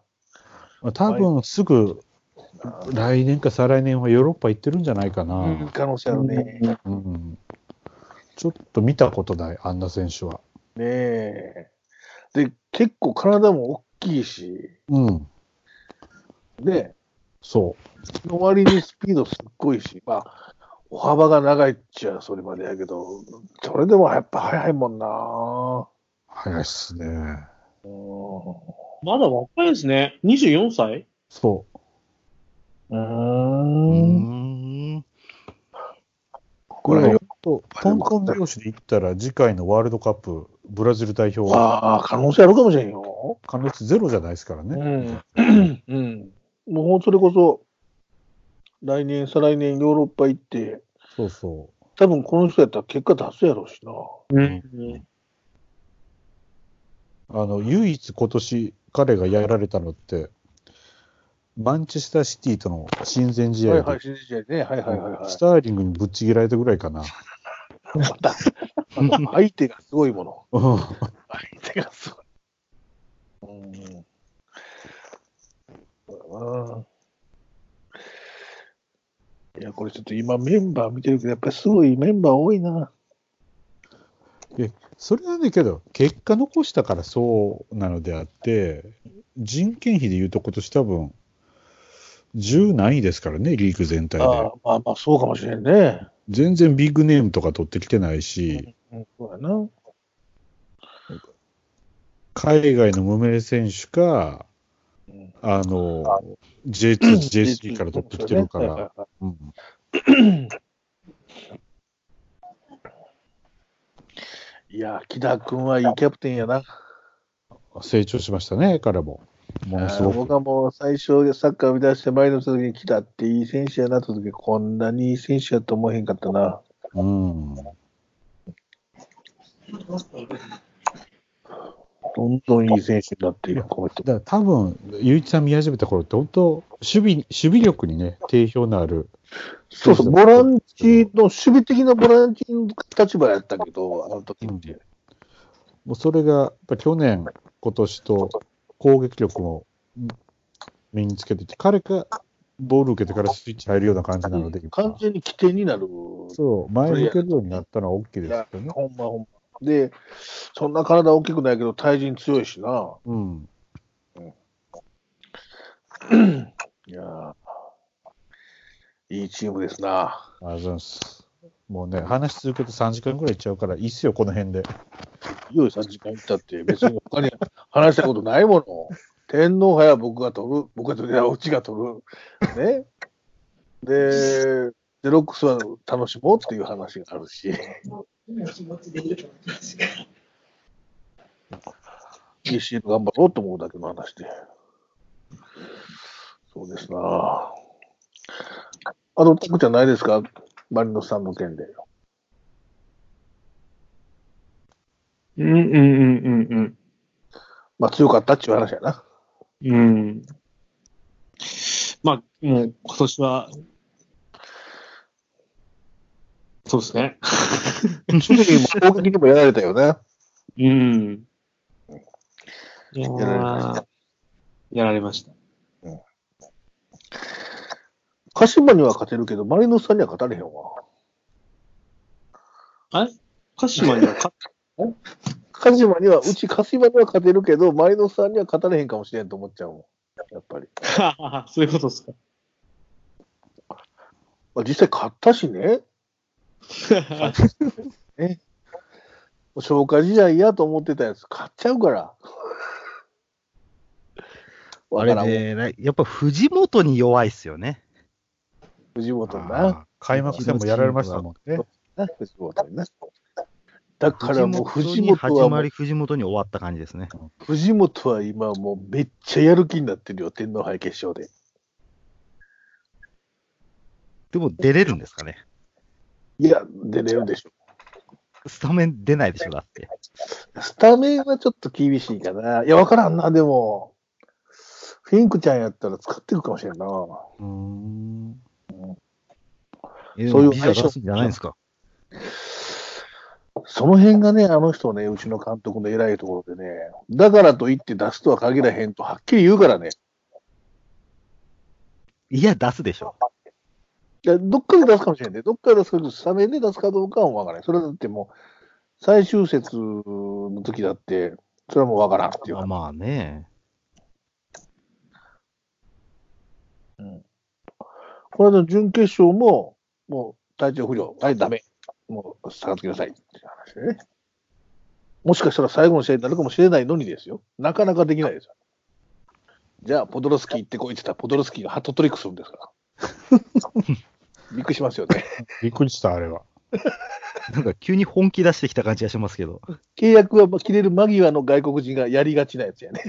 [SPEAKER 4] まあ多分すぐ来年か再来年はヨーロッパ行ってるんじゃないかな。
[SPEAKER 1] うん、可能性あるね。ね
[SPEAKER 4] うんちょっと見たことない、あんな選手は。
[SPEAKER 1] え。で、結構体も大きいし、
[SPEAKER 4] うん、
[SPEAKER 1] ね、
[SPEAKER 4] そ
[SPEAKER 1] その割にスピードすっごいし、まあ、お幅が長いっちゃそれまでやけど、それでもやっぱ速いもんな。
[SPEAKER 4] う、早いっすね。
[SPEAKER 1] うん
[SPEAKER 2] まだ若いですね。24歳
[SPEAKER 4] そ
[SPEAKER 1] うー。
[SPEAKER 3] うんーん。
[SPEAKER 1] これはよ
[SPEAKER 4] と、トントン拍子でいったら、次回のワールドカップ、ブラジル代表、
[SPEAKER 1] ああ、可能性あるかもしれんよ。
[SPEAKER 4] 関連ゼロじゃないですから
[SPEAKER 1] う
[SPEAKER 4] ね。
[SPEAKER 1] ん。うん。もうそれこそ、来年、再来年ヨーロッパ行って、
[SPEAKER 4] そうそ
[SPEAKER 1] 多分この人やったら結果出すやろうしな。
[SPEAKER 2] うん。
[SPEAKER 4] う。あの、唯一今年、彼がやられたのって、マンチェスターシティとの親善試
[SPEAKER 1] は
[SPEAKER 4] 合で、
[SPEAKER 1] いはい、新人試合ね。はいはいはい *laughs* はい
[SPEAKER 4] ス。ターリングにぶっちぎられたぐらいかな。 *laughs*
[SPEAKER 1] また、また相手がすごいもの。
[SPEAKER 4] うん
[SPEAKER 1] 相手がすごい。うん。うんいや、これちょっと今メンバー見てるけど、やっぱりすごいメンバー多いな。
[SPEAKER 4] でそれはねけど結果残したからそうなのであって人件費でいうと今年多分10何位ですからねリーグ全体
[SPEAKER 1] ああ
[SPEAKER 4] で
[SPEAKER 1] まあまあ、そうかもしれんね。
[SPEAKER 4] 全然ビッグネームとか取ってきてないし
[SPEAKER 1] うん、そうやな。
[SPEAKER 4] 海外の無名選手か
[SPEAKER 1] うん
[SPEAKER 4] あの J2J3 から取ってきてるか
[SPEAKER 1] そう
[SPEAKER 4] ら
[SPEAKER 1] ね、はい
[SPEAKER 4] うん
[SPEAKER 1] いや、木田君はいいキャプテンやな。
[SPEAKER 4] 成長しましたね彼もものす
[SPEAKER 1] あー
[SPEAKER 4] ご
[SPEAKER 1] 僕
[SPEAKER 4] く
[SPEAKER 1] はもう最初サッカーを生み出して前の時に来たっていい選手やなと時こんなにいい選手やと思えへんかったな。
[SPEAKER 4] うん
[SPEAKER 1] どんどんいい選手になっている、この人。
[SPEAKER 4] だから多分雄一さん見始めた頃って本当守備守備力にね定評のある
[SPEAKER 1] そうそう、ボランチの、守備的なボランチの立場やったけど、あの時って。
[SPEAKER 4] もうそれが、やっぱ去年、今年と攻撃力もうん身につけてて、彼がボール受けてからスイッチ入るような感じなので、
[SPEAKER 1] 完全に起点になる。
[SPEAKER 4] そう、前向けるようになったのは大きいで
[SPEAKER 1] い
[SPEAKER 4] す
[SPEAKER 1] や
[SPEAKER 4] けどね。
[SPEAKER 1] ほんまほんま。で、そんな体大きくないけど、対人強いしな。
[SPEAKER 4] うん。
[SPEAKER 1] いやーいいチームですな。
[SPEAKER 4] ありがとうございます。もうね、話し続けると3時間ぐらいいっちゃうから、いいっすよ、この辺で。
[SPEAKER 1] 用意3時間行ったって、別に他に話したことないもの。天皇杯は僕が取る、僕が取る、いやうちが取る。ね。で、デロックスは楽しもうっていう話があるし、いいシール頑張ろうと思うだけの話で。そうですなあ。あの、タクちゃんないですかマリノスさんの件で。
[SPEAKER 2] うんうんうんうんうん。
[SPEAKER 1] まあ強かったっていう話や *laughs* な。
[SPEAKER 2] うん。まあ、もう今年は、そうですね。
[SPEAKER 1] 守備にも攻撃にもやられたよね。
[SPEAKER 2] うん。や
[SPEAKER 1] やられまし
[SPEAKER 2] ーやられました。
[SPEAKER 1] 鹿島には勝てるけど、マリノスさんには勝たれへんわ。
[SPEAKER 2] あれ鹿島には勝っ
[SPEAKER 1] 鹿島には、うち鹿島には勝てるけど、マリノスさんには勝たれへんかもしれんと思っちゃうもん。やっぱり。
[SPEAKER 2] た *laughs* そういうことですか。
[SPEAKER 1] まあ、実際勝ったしね。消化試合やと思ってたやつ、勝っちゃうから。
[SPEAKER 3] あ
[SPEAKER 1] わか
[SPEAKER 3] れ
[SPEAKER 1] らんもん、
[SPEAKER 3] ね、やっぱ藤本に弱いっすよね。
[SPEAKER 1] 藤本な。
[SPEAKER 4] あー開幕戦もやられましたもんね。
[SPEAKER 1] な藤本にな。だからもう藤
[SPEAKER 3] 藤本
[SPEAKER 1] 本
[SPEAKER 3] に
[SPEAKER 1] は
[SPEAKER 3] 始
[SPEAKER 1] も
[SPEAKER 3] ま
[SPEAKER 1] う
[SPEAKER 3] り、藤本に終わった感じですね。
[SPEAKER 1] 藤本は今もうめっちゃやる気になってるよ、天皇杯決勝で。
[SPEAKER 3] でも出れるんですかね。
[SPEAKER 1] いや、出れるでしょ
[SPEAKER 3] スタメン出ないでしょ、だって。
[SPEAKER 1] スタメンはちょっと厳しいかな。いや、わからんな、でも。フィンクちゃんやったら使ってるかもしれんな。
[SPEAKER 4] うーん。
[SPEAKER 3] えで
[SPEAKER 1] そういう
[SPEAKER 3] もビザ出すんじゃないんですか。
[SPEAKER 1] その辺がね、あの人ね、うちの監督の偉いところでね、だからといって出すとは限らへんとはっきり言うからね。
[SPEAKER 3] いや、出すでしょ。
[SPEAKER 1] いやどっかで出すかもしれんね。どっかで出すけど、スタメンで出すかどうかはわからない。それだってもう、最終節の時だって、それはもうわからんっていう
[SPEAKER 3] まあ
[SPEAKER 1] 話。
[SPEAKER 3] まあね。
[SPEAKER 1] これの準決勝も、もう体調不良、はい、ダメ、もう下がってくださいっていう話でね。もしかしたら最後の試合になるかもしれないのにですよ。なかなかできないですよ。じゃあ、ポドロスキー行ってこいって言ったら、ポドロスキーがハットトリックするんですから。びっくりしますよね。
[SPEAKER 4] びっくりした、あれは。
[SPEAKER 3] なんか急に本気出してきた感じがしますけど。
[SPEAKER 1] 契約は切れる間際の外国人がやりがちなやつやね。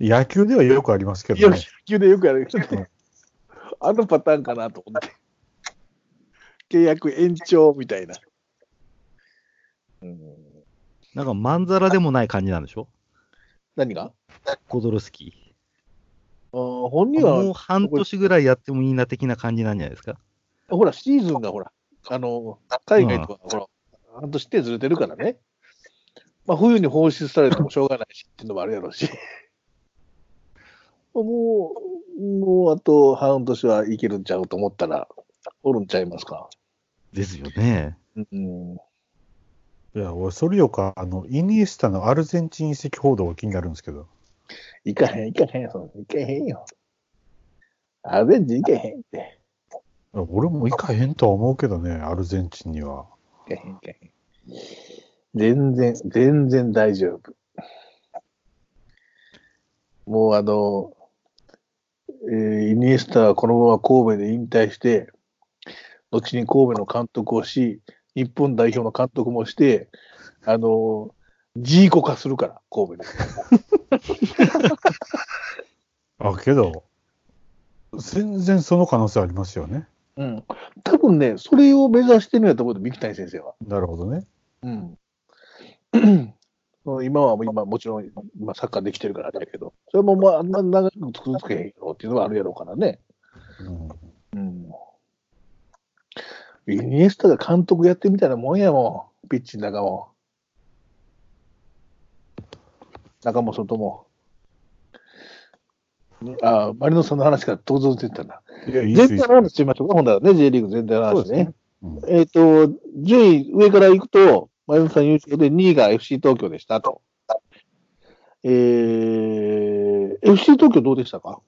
[SPEAKER 4] 野球ではよくありますけ
[SPEAKER 1] 野
[SPEAKER 4] どね。
[SPEAKER 1] 球でよくやる。あのパターンかなと思って。契約延長みたいな。うん、
[SPEAKER 3] なんかまんざらでもない感じなんでしょ
[SPEAKER 1] 何が
[SPEAKER 3] コドルスキー。
[SPEAKER 1] あー本人
[SPEAKER 3] も
[SPEAKER 1] は
[SPEAKER 3] う、半年ぐらいやってもいいな的な感じなんじゃないですか。
[SPEAKER 1] ほら、シーズンがほら、あの、海外とは、ほら、半年ってずれてるからね。まあ、冬に放出されてもしょうがないしっていうのもあるやろうし。 *laughs* もう、もうあと半年はいけるんちゃうと思ったら、おるんちゃいますか。
[SPEAKER 3] ですよね。
[SPEAKER 1] うん。
[SPEAKER 4] いや、俺、それよりか、あの、イニエスタのアルゼンチン移籍報道が気になるんですけど。
[SPEAKER 1] いかへん、いかへん、その、いかへんよ。アルゼンチンいけへんって。
[SPEAKER 4] 俺も行かへんとは思うけどね、アルゼンチンには。
[SPEAKER 1] いけへん、いけへん。全然、全然大丈夫。もうあの、えーイニエスタはこのまま神戸で引退して、後に神戸の監督をし、日本代表の監督もして、あの、ジーコ化するから、神戸で。
[SPEAKER 4] あ、けど、全然その可能性ありますよね。
[SPEAKER 1] うん。多分ね、それを目指してるんやと思うと、三木谷先生は。
[SPEAKER 4] なるほどね。
[SPEAKER 1] うん。その今はもう今もちろん今サッカーできてるからだけど、それもまああんな長く続けへんやろっていうのはあるやろうからね。
[SPEAKER 4] うん、
[SPEAKER 1] うん。イニエスタが監督やってみたいなもんやもん、ピッチの中も。中も外も。ね、あマリノスさんの話から当然出てたな。
[SPEAKER 4] いや、いい
[SPEAKER 1] 全
[SPEAKER 4] ですい
[SPEAKER 1] 体
[SPEAKER 4] いっ
[SPEAKER 1] の話
[SPEAKER 4] す
[SPEAKER 1] しましょうか、ほんならね、J リーグ全体の
[SPEAKER 4] そう
[SPEAKER 1] 話
[SPEAKER 4] です
[SPEAKER 1] ね
[SPEAKER 4] ね。。うん
[SPEAKER 1] えっ、と、順位上から行くと、マイノスさん優勝で2位が FC 東京でしたと。えー、FC 東京どうでしたか